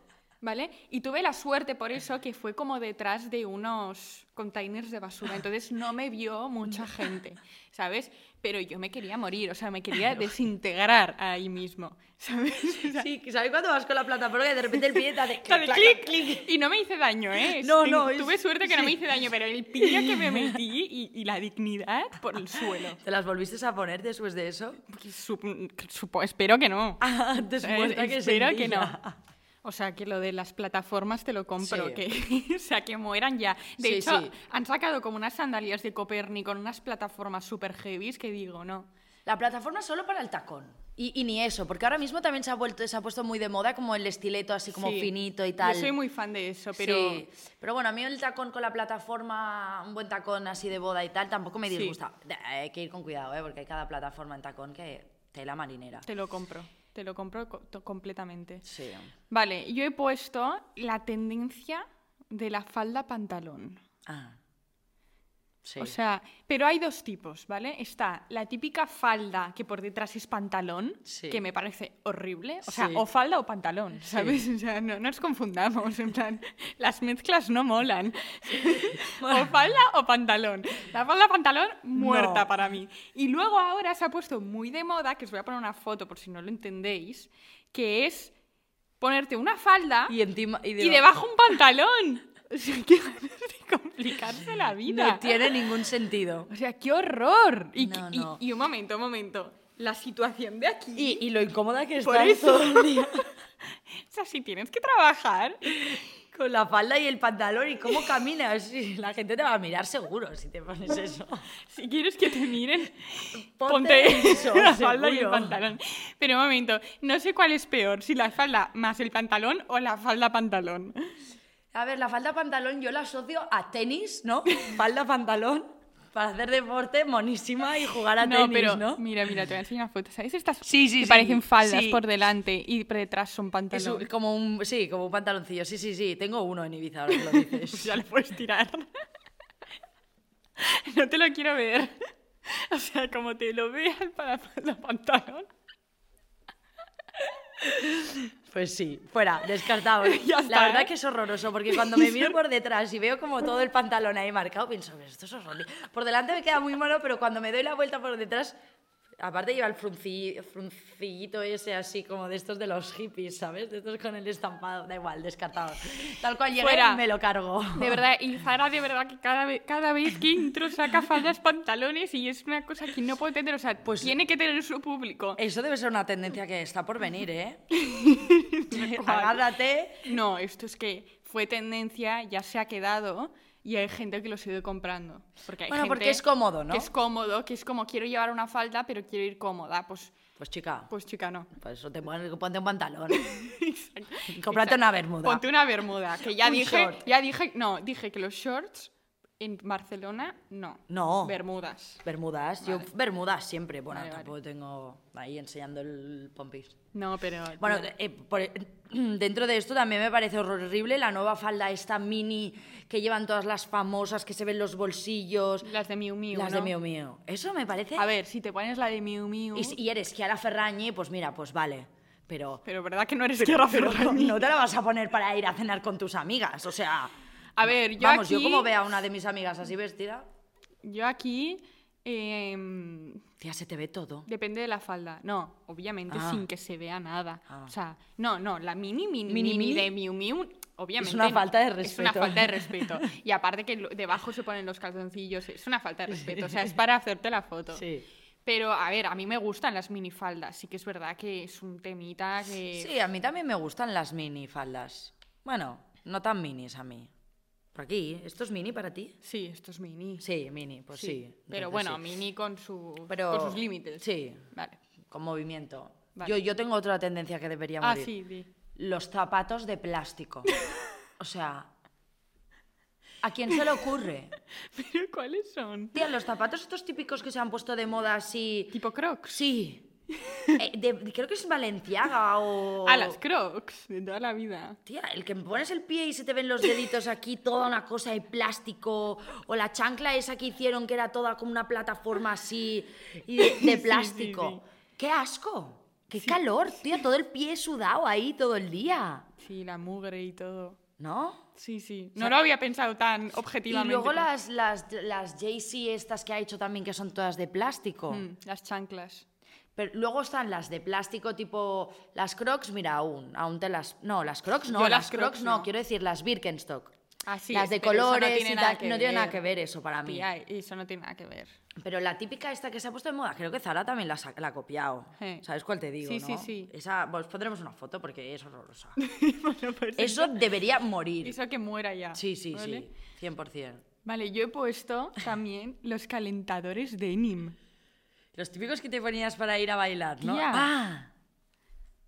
Speaker 1: ¿vale? Y tuve la suerte por eso que fue como detrás de unos containers de basura, entonces no me vio mucha gente, ¿sabes? Pero yo me quería morir, o sea, me quería desintegrar ahí mismo, ¿sabes? O sea,
Speaker 2: Sí, ¿sabes cuando vas con la plataforma y de repente el pie te hace
Speaker 1: tal,
Speaker 2: clac,
Speaker 1: clic,
Speaker 2: clac,
Speaker 1: Y no me hice daño, ¿eh?
Speaker 2: No,
Speaker 1: Ten-
Speaker 2: no, es-
Speaker 1: Tuve suerte que no me hice daño, pero el pillo que me metí y, y la dignidad por el suelo.
Speaker 2: ¿Te las volviste a poner después de eso?
Speaker 1: Sup- supo- espero que no.
Speaker 2: Antes
Speaker 1: Eh,
Speaker 2: muerta Pues que
Speaker 1: espero que no.
Speaker 2: sencilla.
Speaker 1: O sea, que lo de las plataformas te lo compro,
Speaker 2: Sí.
Speaker 1: que, o sea, que mueran ya. De
Speaker 2: Sí,
Speaker 1: hecho,
Speaker 2: sí.
Speaker 1: han sacado como unas sandalias de Copernic con unas plataformas super heavies que digo, no.
Speaker 2: La plataforma solo para el tacón. Y, y ni eso, porque ahora mismo también se ha, vuelto, se ha puesto muy de moda como el estileto así como
Speaker 1: Sí.
Speaker 2: finito y tal.
Speaker 1: Yo soy muy fan de eso, pero...
Speaker 2: Sí. Pero bueno, a mí el tacón con la plataforma, un buen tacón así de boda y tal, tampoco me
Speaker 1: Sí.
Speaker 2: disgusta. Da- Hay que ir con cuidado, ¿eh? porque hay cada plataforma en tacón que tela marinera.
Speaker 1: Te lo compro, te lo compro co- to- completamente.
Speaker 2: Sí.
Speaker 1: Vale, yo he puesto la tendencia de la falda pantalón.
Speaker 2: Ah. Sí.
Speaker 1: O sea, pero hay dos tipos, ¿vale? Está la típica falda que por detrás es pantalón,
Speaker 2: Sí.
Speaker 1: que me parece horrible. O sea,
Speaker 2: Sí.
Speaker 1: o falda o pantalón, ¿sabes? O sea, no nos confundamos, en plan, las mezclas no molan. o falda o pantalón. La falda pantalón muerta
Speaker 2: No.
Speaker 1: para mí. Y luego ahora se ha puesto muy de moda, que os voy a poner una foto por si no lo entendéis, que es ponerte una falda
Speaker 2: y, encima, y,
Speaker 1: y debajo un pantalón. O sea, qué ganas de complicarse la vida.
Speaker 2: No tiene ningún sentido.
Speaker 1: O sea, qué horror. Y,
Speaker 2: No,
Speaker 1: y-
Speaker 2: no.
Speaker 1: y un momento, un momento. La situación de aquí.
Speaker 2: Y, y lo incómoda que
Speaker 1: Por
Speaker 2: estás
Speaker 1: eso.
Speaker 2: todo el día
Speaker 1: O sea, si tienes que trabajar.
Speaker 2: con la falda y el pantalón y cómo caminas. Y la gente te va a mirar seguro si te pones eso.
Speaker 1: Si quieres que te miren,
Speaker 2: Ponte
Speaker 1: ponte,
Speaker 2: eso,
Speaker 1: la falda y el
Speaker 2: seguro.
Speaker 1: pantalón. Pero un momento, no sé cuál es peor, si la falda más el pantalón o la falda pantalón.
Speaker 2: A ver, la falda pantalón yo la asocio a tenis, ¿no? Falda pantalón para hacer deporte monísima y jugar a
Speaker 1: no,
Speaker 2: tenis,
Speaker 1: pero
Speaker 2: ¿no?
Speaker 1: mira, mira, te voy a enseñar una foto. ¿Sabes estas
Speaker 2: Sí, sí,
Speaker 1: que
Speaker 2: sí,
Speaker 1: parecen faldas
Speaker 2: sí.
Speaker 1: por delante y por detrás son
Speaker 2: Es un-
Speaker 1: pantalones?
Speaker 2: como un, sí, como un pantaloncillo. Sí, sí, sí. Tengo uno en Ibiza, ahora que lo dices.
Speaker 1: Pues Ya le puedes tirar. No te lo quiero ver. O sea, como te lo vean para el pantalón.
Speaker 2: Pues sí, fuera, descartado.
Speaker 1: Ya está,
Speaker 2: la verdad
Speaker 1: ¿eh?
Speaker 2: que es horroroso, porque cuando me miro por detrás y veo como todo el pantalón ahí marcado, pienso, "Pero esto es horrible. Por delante me queda muy malo, pero cuando me doy la vuelta por detrás, aparte lleva el frunci- fruncillito ese así, como de estos de los hippies, ¿sabes? De estos con el estampado, da igual, descartado. Tal cual llegué,
Speaker 1: Fuera.
Speaker 2: me lo cargo.
Speaker 1: De verdad, y Zara, de verdad, que cada vez, cada vez que intro saca faldas, pantalones y es una cosa que no puede tener. O sea, pues tiene que tener su público.
Speaker 2: Eso debe ser una tendencia que está por venir, ¿eh?
Speaker 1: cual.
Speaker 2: Agárrate.
Speaker 1: No, esto es que fue tendencia, ya se ha quedado y hay gente que lo sigue comprando. Porque hay
Speaker 2: Bueno,
Speaker 1: gente
Speaker 2: porque es cómodo, ¿no?
Speaker 1: Que es cómodo, que es como quiero llevar una falda, pero quiero ir cómoda. Pues,
Speaker 2: Pues chica,
Speaker 1: pues chica, no.
Speaker 2: por eso te pon- ponte un pantalón.
Speaker 1: Exacto.
Speaker 2: Cómprate una bermuda.
Speaker 1: Ponte una bermuda, que ya
Speaker 2: Un
Speaker 1: dije,
Speaker 2: short.
Speaker 1: ya dije, no, dije que los shorts en Barcelona no.
Speaker 2: No.
Speaker 1: Bermudas.
Speaker 2: Bermudas, yo bermudas siempre. Bueno,
Speaker 1: Vale, vale.
Speaker 2: tampoco tengo ahí enseñando el pompis.
Speaker 1: No, pero
Speaker 2: Bueno, eh, por- dentro de esto también me parece horrible la nueva falda esta mini que llevan todas las famosas, que se ven los bolsillos,
Speaker 1: las de Miu Miu,
Speaker 2: las
Speaker 1: ¿no?
Speaker 2: de Miu Miu. Eso me parece...
Speaker 1: A ver, si te pones la de Miu Miu,
Speaker 2: Y, si- y eres Chiara Ferrañi, pues mira, pues vale. Pero,
Speaker 1: pero verdad que no eres Chiara
Speaker 2: pero no,
Speaker 1: Ferragni.
Speaker 2: no te la vas a poner para ir a cenar con tus amigas, o sea...
Speaker 1: A ver, yo
Speaker 2: vamos, yo
Speaker 1: aquí-
Speaker 2: como vea a una de mis amigas así vestida,
Speaker 1: Yo aquí em,
Speaker 2: tía, se te ve todo.
Speaker 1: depende de la falda. No, obviamente
Speaker 2: Ah.
Speaker 1: sin que se vea nada.
Speaker 2: Ah.
Speaker 1: O sea, no, no, la mini mini,
Speaker 2: Mini,
Speaker 1: mini
Speaker 2: mini.
Speaker 1: de Miu Miu obviamente
Speaker 2: Es una
Speaker 1: no.
Speaker 2: falta de
Speaker 1: Es una
Speaker 2: respeto.
Speaker 1: falta de respeto. Y aparte que lo- debajo se ponen los calzoncillos, es una falta de respeto, o sea, es para hacerte la foto.
Speaker 2: Sí.
Speaker 1: Pero, a ver, a mí me gustan las minifaldas. Sí que es verdad que es un temita que...
Speaker 2: Sí, a mí también me gustan las mini faldas. Bueno, no tan minis a mí. Por aquí, ¿esto es mini para ti?
Speaker 1: Sí, esto es mini.
Speaker 2: Sí, mini, pues sí.
Speaker 1: Pero
Speaker 2: entonces
Speaker 1: bueno,
Speaker 2: sí.
Speaker 1: mini con, su,
Speaker 2: Pero-
Speaker 1: con sus límites.
Speaker 2: Sí,
Speaker 1: Vale.
Speaker 2: con movimiento.
Speaker 1: Vale.
Speaker 2: Yo, yo tengo otra tendencia que debería
Speaker 1: Ah,
Speaker 2: morir.
Speaker 1: sí, di.
Speaker 2: Los zapatos de plástico. o sea, ¿a quién se le ocurre?
Speaker 1: Pero ¿cuáles son?
Speaker 2: Tía, los zapatos estos típicos que se han puesto de moda así...
Speaker 1: Tipo crocs.
Speaker 2: Sí. Eh, de- creo que es Valenciaga o...
Speaker 1: A Ah, las crocs de toda la vida.
Speaker 2: Tía, el que pones el pie y se te ven los deditos aquí, toda una cosa de plástico, o la chancla esa que hicieron que era toda como una plataforma así y de, de plástico.
Speaker 1: sí,
Speaker 2: ¡Qué asco! ¡Qué calor, tía! Todo el pie sudado ahí todo el día,
Speaker 1: Sí, la mugre y todo.
Speaker 2: ¿no?
Speaker 1: Sí, sí. No lo había pensado tan
Speaker 2: Y
Speaker 1: objetivamente.
Speaker 2: luego las, las, las JC estas que ha hecho también, que son todas de plástico.
Speaker 1: Mm, las chanclas.
Speaker 2: Pero luego están las de plástico, tipo las Crocs, mira, aún, aún te las... No, las Crocs no,
Speaker 1: Yo
Speaker 2: las, Crocs, no.
Speaker 1: no.
Speaker 2: quiero decir las Birkenstock.
Speaker 1: Ah, sí,
Speaker 2: las de
Speaker 1: pero eso no
Speaker 2: colores
Speaker 1: tiene
Speaker 2: y
Speaker 1: nada
Speaker 2: tal,
Speaker 1: que
Speaker 2: no tiene nada
Speaker 1: ver.
Speaker 2: que ver eso para mí.
Speaker 1: Tía, eso no tiene nada que ver.
Speaker 2: Pero la típica esta que se ha puesto de moda, creo que Zara también la, sa- la ha copiado.
Speaker 1: Sí.
Speaker 2: ¿Sabes cuál te digo?
Speaker 1: Sí, sí,
Speaker 2: no?
Speaker 1: sí.
Speaker 2: Esa, pues pondremos una foto porque es horrorosa.
Speaker 1: Bueno, pues
Speaker 2: Eso debería morir.
Speaker 1: eso que muera ya.
Speaker 2: Sí, sí,
Speaker 1: ¿vale?
Speaker 2: sí. 100%.
Speaker 1: Vale, yo he puesto también los calentadores denim.
Speaker 2: Los típicos que te ponías para ir a bailar, ¿no?
Speaker 1: Tía.
Speaker 2: Ah,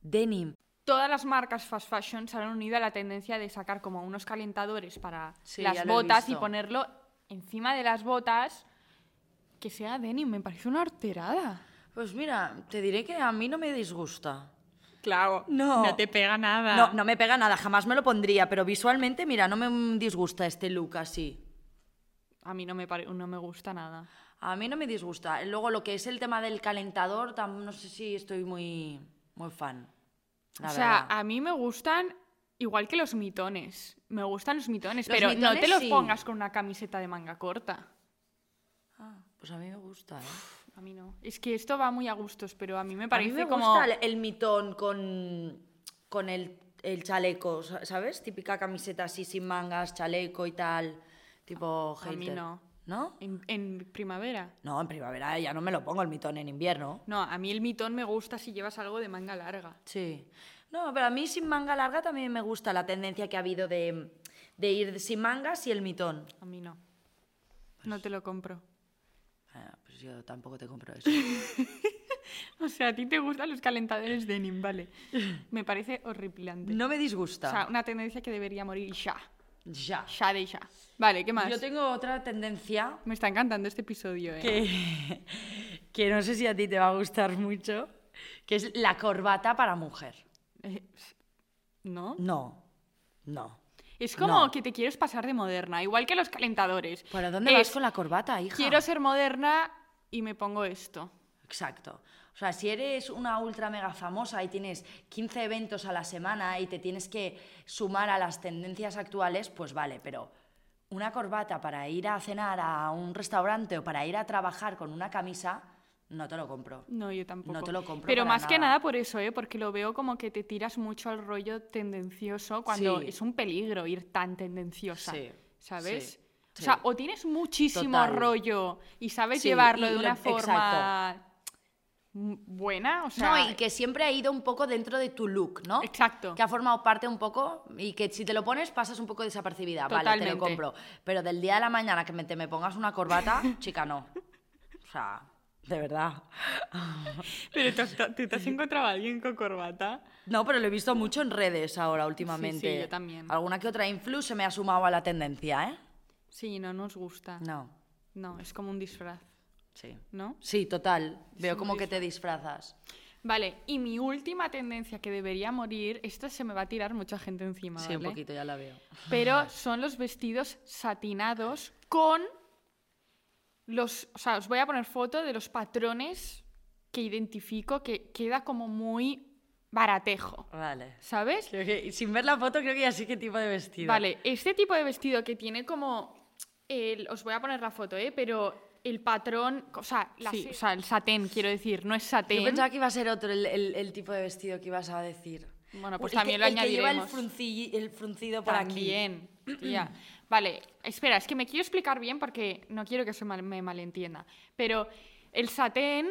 Speaker 2: denim.
Speaker 1: Todas las marcas fast fashion se han unido a la tendencia de sacar como unos calentadores para
Speaker 2: Sí, ya
Speaker 1: las
Speaker 2: lo he
Speaker 1: botas y
Speaker 2: visto.
Speaker 1: ponerlo encima de las botas que sea denim. Me parece una horterada.
Speaker 2: Pues mira, te diré que a mí no me disgusta.
Speaker 1: Claro.
Speaker 2: No.
Speaker 1: No te pega nada.
Speaker 2: No, no me pega nada, jamás me lo pondría, pero visualmente, mira, no me disgusta este look así.
Speaker 1: A mí no me, pare- no me gusta nada.
Speaker 2: A mí no me disgusta. Luego lo que es el tema del calentador, tam- no sé si estoy muy, muy fan. la
Speaker 1: o sea,
Speaker 2: verdad.
Speaker 1: a mí me gustan igual que los mitones. Me gustan los mitones,
Speaker 2: Los
Speaker 1: pero no te
Speaker 2: mitones
Speaker 1: los
Speaker 2: sí.
Speaker 1: pongas con una camiseta de manga corta.
Speaker 2: Ah, pues a mí me gusta. ¿eh?
Speaker 1: A mí no. Es que esto va muy a gustos, pero a mí me
Speaker 2: A mí
Speaker 1: parece
Speaker 2: me
Speaker 1: como
Speaker 2: gusta el, el mitón con, con el, el chaleco, sa- ¿sabes? Típica camiseta así sin mangas, chaleco y tal, tipo
Speaker 1: A
Speaker 2: hater.
Speaker 1: mí no.
Speaker 2: ¿No?
Speaker 1: en, en primavera.
Speaker 2: No, en primavera ya no me lo pongo el mitón en invierno.
Speaker 1: No, a mí el mitón me gusta si llevas algo de manga larga.
Speaker 2: Sí. No, pero a mí sin manga larga también me gusta la tendencia que ha habido de, de ir sin mangas y el mitón.
Speaker 1: A mí no. No te lo compro.
Speaker 2: Ah, pues yo tampoco te compro eso.
Speaker 1: O sea, a ti te gustan los calentadores denim, vale. Me parece horripilante.
Speaker 2: No me disgusta.
Speaker 1: O sea, una tendencia que debería morir ya.
Speaker 2: Ya.
Speaker 1: Ya de ya. Vale, ¿qué más?
Speaker 2: Yo tengo otra tendencia
Speaker 1: Me está encantando este episodio, ¿eh?
Speaker 2: que, que no sé si a ti te va a gustar mucho, que es la corbata para mujer.
Speaker 1: Eh, ¿No?
Speaker 2: No, no.
Speaker 1: Es como
Speaker 2: Mm. No.
Speaker 1: que te quieres pasar de moderna, igual que los calentadores.
Speaker 2: ¿Para dónde vas con la corbata, hija?
Speaker 1: Quiero ser moderna y me pongo esto.
Speaker 2: Exacto. O sea, si eres una ultra mega famosa y tienes 15 eventos a la semana y te tienes que sumar a las tendencias actuales, pues vale, pero una corbata para ir a cenar a un restaurante o para ir a trabajar con una camisa, no te lo compro.
Speaker 1: No, yo tampoco.
Speaker 2: te lo compro
Speaker 1: Pero
Speaker 2: para
Speaker 1: más que
Speaker 2: nada.
Speaker 1: nada por eso, ¿eh? Porque lo veo como que te tiras mucho al rollo tendencioso cuando
Speaker 2: Sí.
Speaker 1: es un peligro ir tan tendenciosa.
Speaker 2: Sí,
Speaker 1: ¿Sabes? O
Speaker 2: sí,
Speaker 1: sea,
Speaker 2: sí.
Speaker 1: o tienes muchísimo
Speaker 2: Total.
Speaker 1: rollo y sabes
Speaker 2: Sí,
Speaker 1: llevarlo
Speaker 2: y
Speaker 1: de
Speaker 2: lo-
Speaker 1: una
Speaker 2: exacto.
Speaker 1: forma m- buena, o sea,
Speaker 2: no, y que siempre ha ido un poco dentro de tu look, ¿no?
Speaker 1: Exacto.
Speaker 2: Que ha formado parte un poco y que si te lo pones pasas un poco desapercibida, vale, te
Speaker 1: Totalmente.
Speaker 2: lo compro. Pero del día de la mañana que me, te me pongas una corbata, chica, no. O sea, de verdad.
Speaker 1: Pero te, has- te- te has encontrado a alguien con corbata.
Speaker 2: No, pero lo he visto mucho en redes ahora últimamente.
Speaker 1: sí, yo también.
Speaker 2: Alguna que otra influ se me ha sumado a la tendencia, ¿eh?
Speaker 1: Sí, no nos gusta. No,
Speaker 2: No,
Speaker 1: es como un disfraz,
Speaker 2: sí.
Speaker 1: ¿no?
Speaker 2: Sí, total. Veo
Speaker 1: un
Speaker 2: como que te disfrazas.
Speaker 1: Vale, y mi última tendencia que debería morir, esto se me va a tirar mucha gente encima,
Speaker 2: Sí, un
Speaker 1: ¿vale?
Speaker 2: poquito, ya la veo.
Speaker 1: Pero son los vestidos satinados con los, o sea, os voy a poner foto de los patrones que identifico que queda como muy baratejo,
Speaker 2: Vale.
Speaker 1: ¿sabes?
Speaker 2: Creo que, sin ver la foto, creo que ya sé qué tipo de vestido.
Speaker 1: Vale, este tipo de vestido que tiene como. el- os voy a poner la foto, ¿eh? Pero el patrón. O sea, la se- o sea, el satén, quiero decir, no es
Speaker 2: Yo
Speaker 1: satén.
Speaker 2: pensaba que iba a ser otro el, el- el tipo de vestido que ibas a decir.
Speaker 1: Bueno, pues
Speaker 2: El que-
Speaker 1: también lo
Speaker 2: el que lleva el,
Speaker 1: añadiremos.
Speaker 2: frunci- el fruncido por aquí.
Speaker 1: También. tía. Vale, espera, es que me quiero explicar bien porque no quiero que se mal- me malentienda. Pero el satén,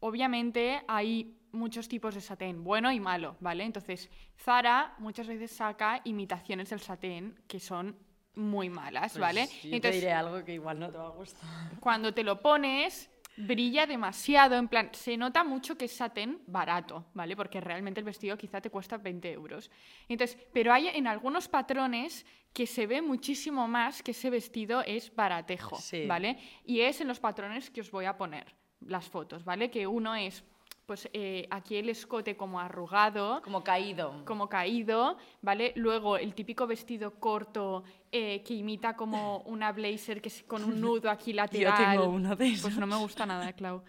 Speaker 1: obviamente, hay muchos tipos de satén, bueno y malo, ¿vale? Entonces, Zara muchas veces saca imitaciones del satén que son muy malas,
Speaker 2: Pues
Speaker 1: ¿vale?
Speaker 2: Yo te diré algo que igual no te va a gustar.
Speaker 1: cuando te lo pones brilla demasiado, en plan, se nota mucho que es satén barato, ¿vale? Porque realmente el vestido quizá te cuesta 20 euros. Entonces, pero hay en algunos patrones que se ve muchísimo más que ese vestido es baratejo,
Speaker 2: Sí.
Speaker 1: ¿vale? Y es en los patrones que os voy a poner las fotos, ¿vale? Que uno es, pues eh, aquí el escote como arrugado,
Speaker 2: Como caído.
Speaker 1: como caído, ¿vale? Luego el típico vestido corto eh, que imita como una blazer que es con un nudo aquí lateral.
Speaker 2: tengo uno de
Speaker 1: Pues
Speaker 2: esos.
Speaker 1: no me gusta nada, Clau.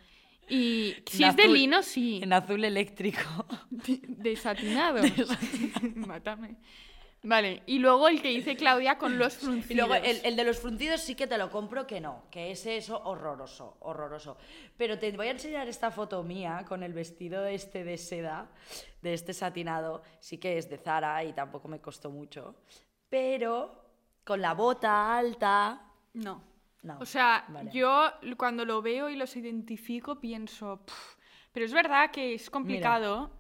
Speaker 1: Y si
Speaker 2: En
Speaker 1: es de
Speaker 2: azul.
Speaker 1: lino, sí.
Speaker 2: En azul eléctrico.
Speaker 1: Desatinado. Mátame. Vale, y luego el que dice Claudia con los fruncidos.
Speaker 2: Y luego el, el de los fruncidos sí que te lo compro que no, que ese es horroroso, horroroso. Pero te voy a enseñar esta foto mía con el vestido este de seda, de este satinado, sí que es de Zara y tampoco me costó mucho, pero con la bota alta,
Speaker 1: No.
Speaker 2: No,
Speaker 1: O sea,
Speaker 2: vale.
Speaker 1: yo l- cuando lo veo y los identifico pienso, "Pff". pero es verdad que es complicado.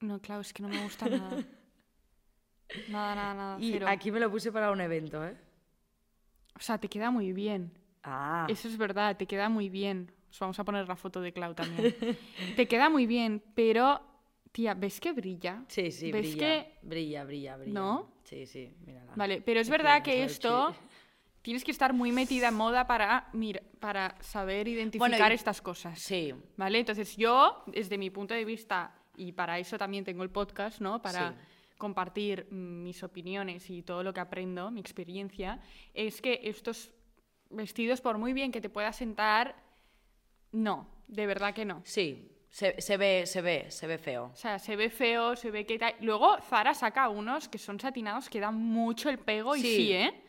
Speaker 1: No, claro, es que no me gusta nada. nada, nada, nada.
Speaker 2: y
Speaker 1: cero.
Speaker 2: aquí me lo puse para un evento, ¿eh?
Speaker 1: O sea, te queda muy bien.
Speaker 2: Ah,
Speaker 1: Eso es verdad, te queda muy bien. Os vamos a poner la foto de Clau también. te queda muy bien, pero, tía, ¿ves que brilla?
Speaker 2: sí, sí,
Speaker 1: ¿Ves
Speaker 2: brilla, Ah,
Speaker 1: que
Speaker 2: brilla, brilla, brilla.
Speaker 1: ¿No?
Speaker 2: Sí, sí, mírala.
Speaker 1: Vale, pero es
Speaker 2: Aquí
Speaker 1: verdad
Speaker 2: vamos a
Speaker 1: que
Speaker 2: ver
Speaker 1: esto
Speaker 2: si-
Speaker 1: tienes que estar muy metida en moda para, mir- para saber identificar
Speaker 2: y-
Speaker 1: estas cosas.
Speaker 2: Sí,
Speaker 1: ¿Vale? Entonces yo, desde mi punto de vista, y para eso también tengo el podcast, ¿no? Para
Speaker 2: Sí.
Speaker 1: compartir mm, mis opiniones y todo lo que aprendo, mi experiencia, es que estos vestidos, por muy bien que te puedas sentar, no, de verdad que no.
Speaker 2: sí, se, se ve, se ve, se ve feo.
Speaker 1: O sea, se ve feo, se ve que... tal. Luego Zara saca unos que son satinados que dan mucho el pego y
Speaker 2: Sí.
Speaker 1: sí, ¿eh?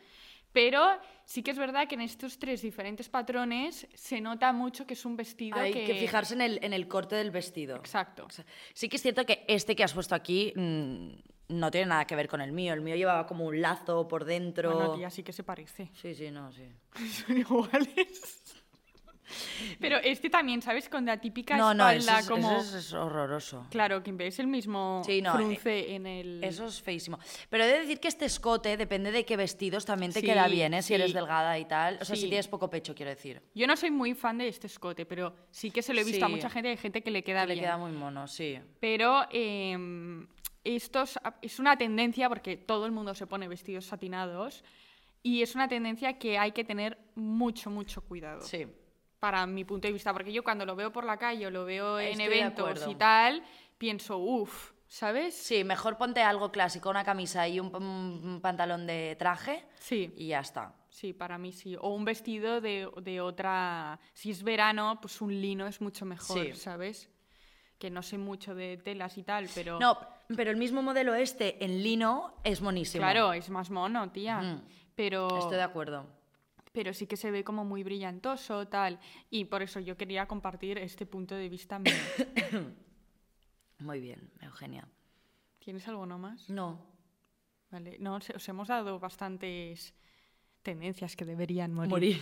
Speaker 1: Pero sí que es verdad que en estos tres diferentes patrones se nota mucho que es un vestido
Speaker 2: Hay que, fijarse en el, en el corte del vestido.
Speaker 1: Exacto.
Speaker 2: O sea, Sí que es cierto que este que has puesto aquí mm, no tiene nada que ver con el mío. El mío llevaba como un lazo por dentro.
Speaker 1: Bueno, tía, sí que se parece.
Speaker 2: Sí, sí, no, sí.
Speaker 1: Son iguales. Pero este también, ¿sabes? Con la típica
Speaker 2: No, no, eso
Speaker 1: espalda
Speaker 2: es,
Speaker 1: como...
Speaker 2: eso es horroroso.
Speaker 1: Claro, que es el mismo
Speaker 2: Sí, no, eh,
Speaker 1: frunce en el...
Speaker 2: Eso es feísimo. Pero he de decir que este escote, depende de qué vestidos, también te
Speaker 1: Sí,
Speaker 2: queda bien, ¿eh? Si
Speaker 1: sí.
Speaker 2: eres delgada y tal. O sea,
Speaker 1: Sí.
Speaker 2: si tienes poco pecho, quiero decir.
Speaker 1: Yo no soy muy fan de este escote, pero sí que se lo he visto a
Speaker 2: Sí.
Speaker 1: mucha gente, hay gente que le queda
Speaker 2: Le
Speaker 1: bien.
Speaker 2: queda muy mono, sí.
Speaker 1: Pero, em, esto es, es una tendencia, porque todo el mundo se pone vestidos satinados, y es una tendencia que hay que tener mucho, mucho cuidado.
Speaker 2: Sí.
Speaker 1: Para mi punto de vista, porque yo cuando lo veo por la calle o lo veo en
Speaker 2: Estoy de
Speaker 1: eventos
Speaker 2: acuerdo.
Speaker 1: y tal, pienso, uff, ¿sabes?
Speaker 2: Sí, mejor ponte algo clásico, una camisa y un, un pantalón de traje
Speaker 1: Sí.
Speaker 2: y ya está.
Speaker 1: Sí, para mí sí. O un vestido de, de otra. Si es verano, pues un lino es mucho mejor,
Speaker 2: Sí.
Speaker 1: ¿sabes? Que no sé mucho de telas y tal, pero.
Speaker 2: No, pero el mismo modelo este en lino es monísimo.
Speaker 1: Claro, es más mono, tía.
Speaker 2: Mm.
Speaker 1: Pero.
Speaker 2: Estoy de acuerdo.
Speaker 1: Pero sí que se ve como muy brillantoso, tal. Y por eso yo quería compartir este punto de vista mío.
Speaker 2: Muy bien, Eugenia.
Speaker 1: ¿Tienes alguno más?
Speaker 2: No.
Speaker 1: Vale. No, se- os hemos dado bastantes tendencias que deberían morir.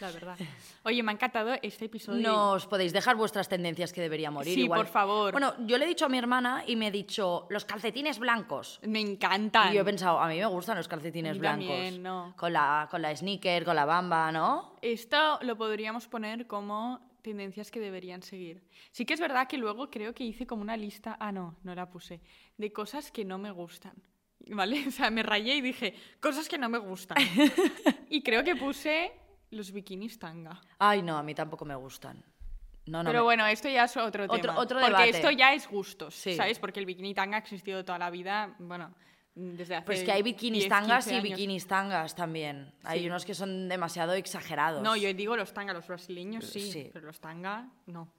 Speaker 1: La verdad. Oye, me ha encantado este episodio.
Speaker 2: No os podéis dejar vuestras tendencias que debería morir.
Speaker 1: Sí,
Speaker 2: igual.
Speaker 1: por favor.
Speaker 2: Bueno, yo le he dicho a mi hermana y me he dicho los calcetines blancos.
Speaker 1: Me encantan.
Speaker 2: Y yo he pensado, a mí me gustan los calcetines
Speaker 1: A mí
Speaker 2: blancos.
Speaker 1: también, no.
Speaker 2: Con la, con la sneaker, con la bamba, ¿no?
Speaker 1: Esto lo podríamos poner como tendencias que deberían seguir. Sí que es verdad que luego creo que hice como una lista, ah no, no la puse, de cosas que no me gustan. ¿Vale? O sea, me rayé y dije, cosas que no me gustan. y creo que puse los bikinis tanga.
Speaker 2: Ay, no, a mí tampoco me gustan. No, no.
Speaker 1: Pero
Speaker 2: me-
Speaker 1: bueno, esto ya es otro,
Speaker 2: Otro-
Speaker 1: tema.
Speaker 2: otro
Speaker 1: porque
Speaker 2: debate.
Speaker 1: esto ya es gustos,
Speaker 2: Sí.
Speaker 1: ¿sabes? Porque el bikini tanga ha existido toda la vida, bueno, desde hace
Speaker 2: Pero es Pues que hay bikinis
Speaker 1: 10,
Speaker 2: tangas
Speaker 1: 15
Speaker 2: y
Speaker 1: años.
Speaker 2: bikinis tangas también. Hay
Speaker 1: Sí.
Speaker 2: unos que son demasiado exagerados.
Speaker 1: No, yo digo los tanga, los brasileños sí,
Speaker 2: Sí.
Speaker 1: pero los tanga no.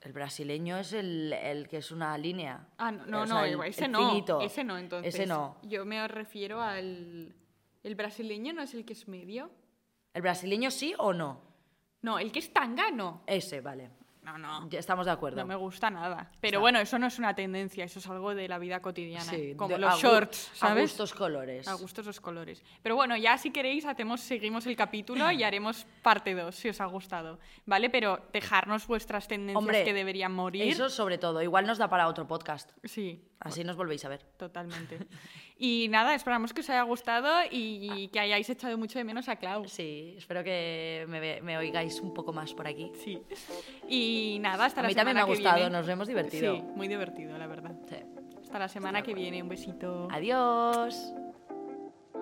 Speaker 2: El brasileño es el, el que es una línea.
Speaker 1: Ah, no, no,
Speaker 2: O sea,
Speaker 1: no,
Speaker 2: el-
Speaker 1: igual,
Speaker 2: el
Speaker 1: ese no.
Speaker 2: finito.
Speaker 1: Ese no, entonces.
Speaker 2: Ese no.
Speaker 1: Yo me refiero al. El brasileño no es el que es medio.
Speaker 2: ¿El brasileño sí o no?
Speaker 1: No, el que es tanga no.
Speaker 2: Ese, vale.
Speaker 1: No, no.
Speaker 2: Ya estamos de acuerdo.
Speaker 1: No me gusta nada. Pero bueno, eso no es una tendencia, eso es algo de la vida cotidiana.
Speaker 2: Sí,
Speaker 1: como
Speaker 2: de-
Speaker 1: los
Speaker 2: a gu-
Speaker 1: shorts, ¿sabes?
Speaker 2: A gustos colores.
Speaker 1: A gustos los colores. Pero bueno, ya si queréis, hacemos, seguimos el capítulo y haremos parte 2, si os ha gustado. ¿Vale? Pero dejarnos vuestras tendencias
Speaker 2: Hombre,
Speaker 1: que deberían morir.
Speaker 2: Eso sobre todo. Igual nos da para otro podcast.
Speaker 1: Sí.
Speaker 2: Así nos volvéis a ver.
Speaker 1: Totalmente. Y nada, esperamos que os haya gustado y que hayáis echado mucho de menos a Clau.
Speaker 2: Sí, espero que me, ve- me oigáis un poco más por aquí.
Speaker 1: Sí. Y nada, hasta
Speaker 2: A
Speaker 1: la
Speaker 2: mí también
Speaker 1: semana
Speaker 2: me ha
Speaker 1: que
Speaker 2: gustado,
Speaker 1: viene.
Speaker 2: nos hemos divertido.
Speaker 1: Sí, muy divertido, la verdad.
Speaker 2: Sí.
Speaker 1: Hasta la semana que viene, un besito.
Speaker 2: Adiós.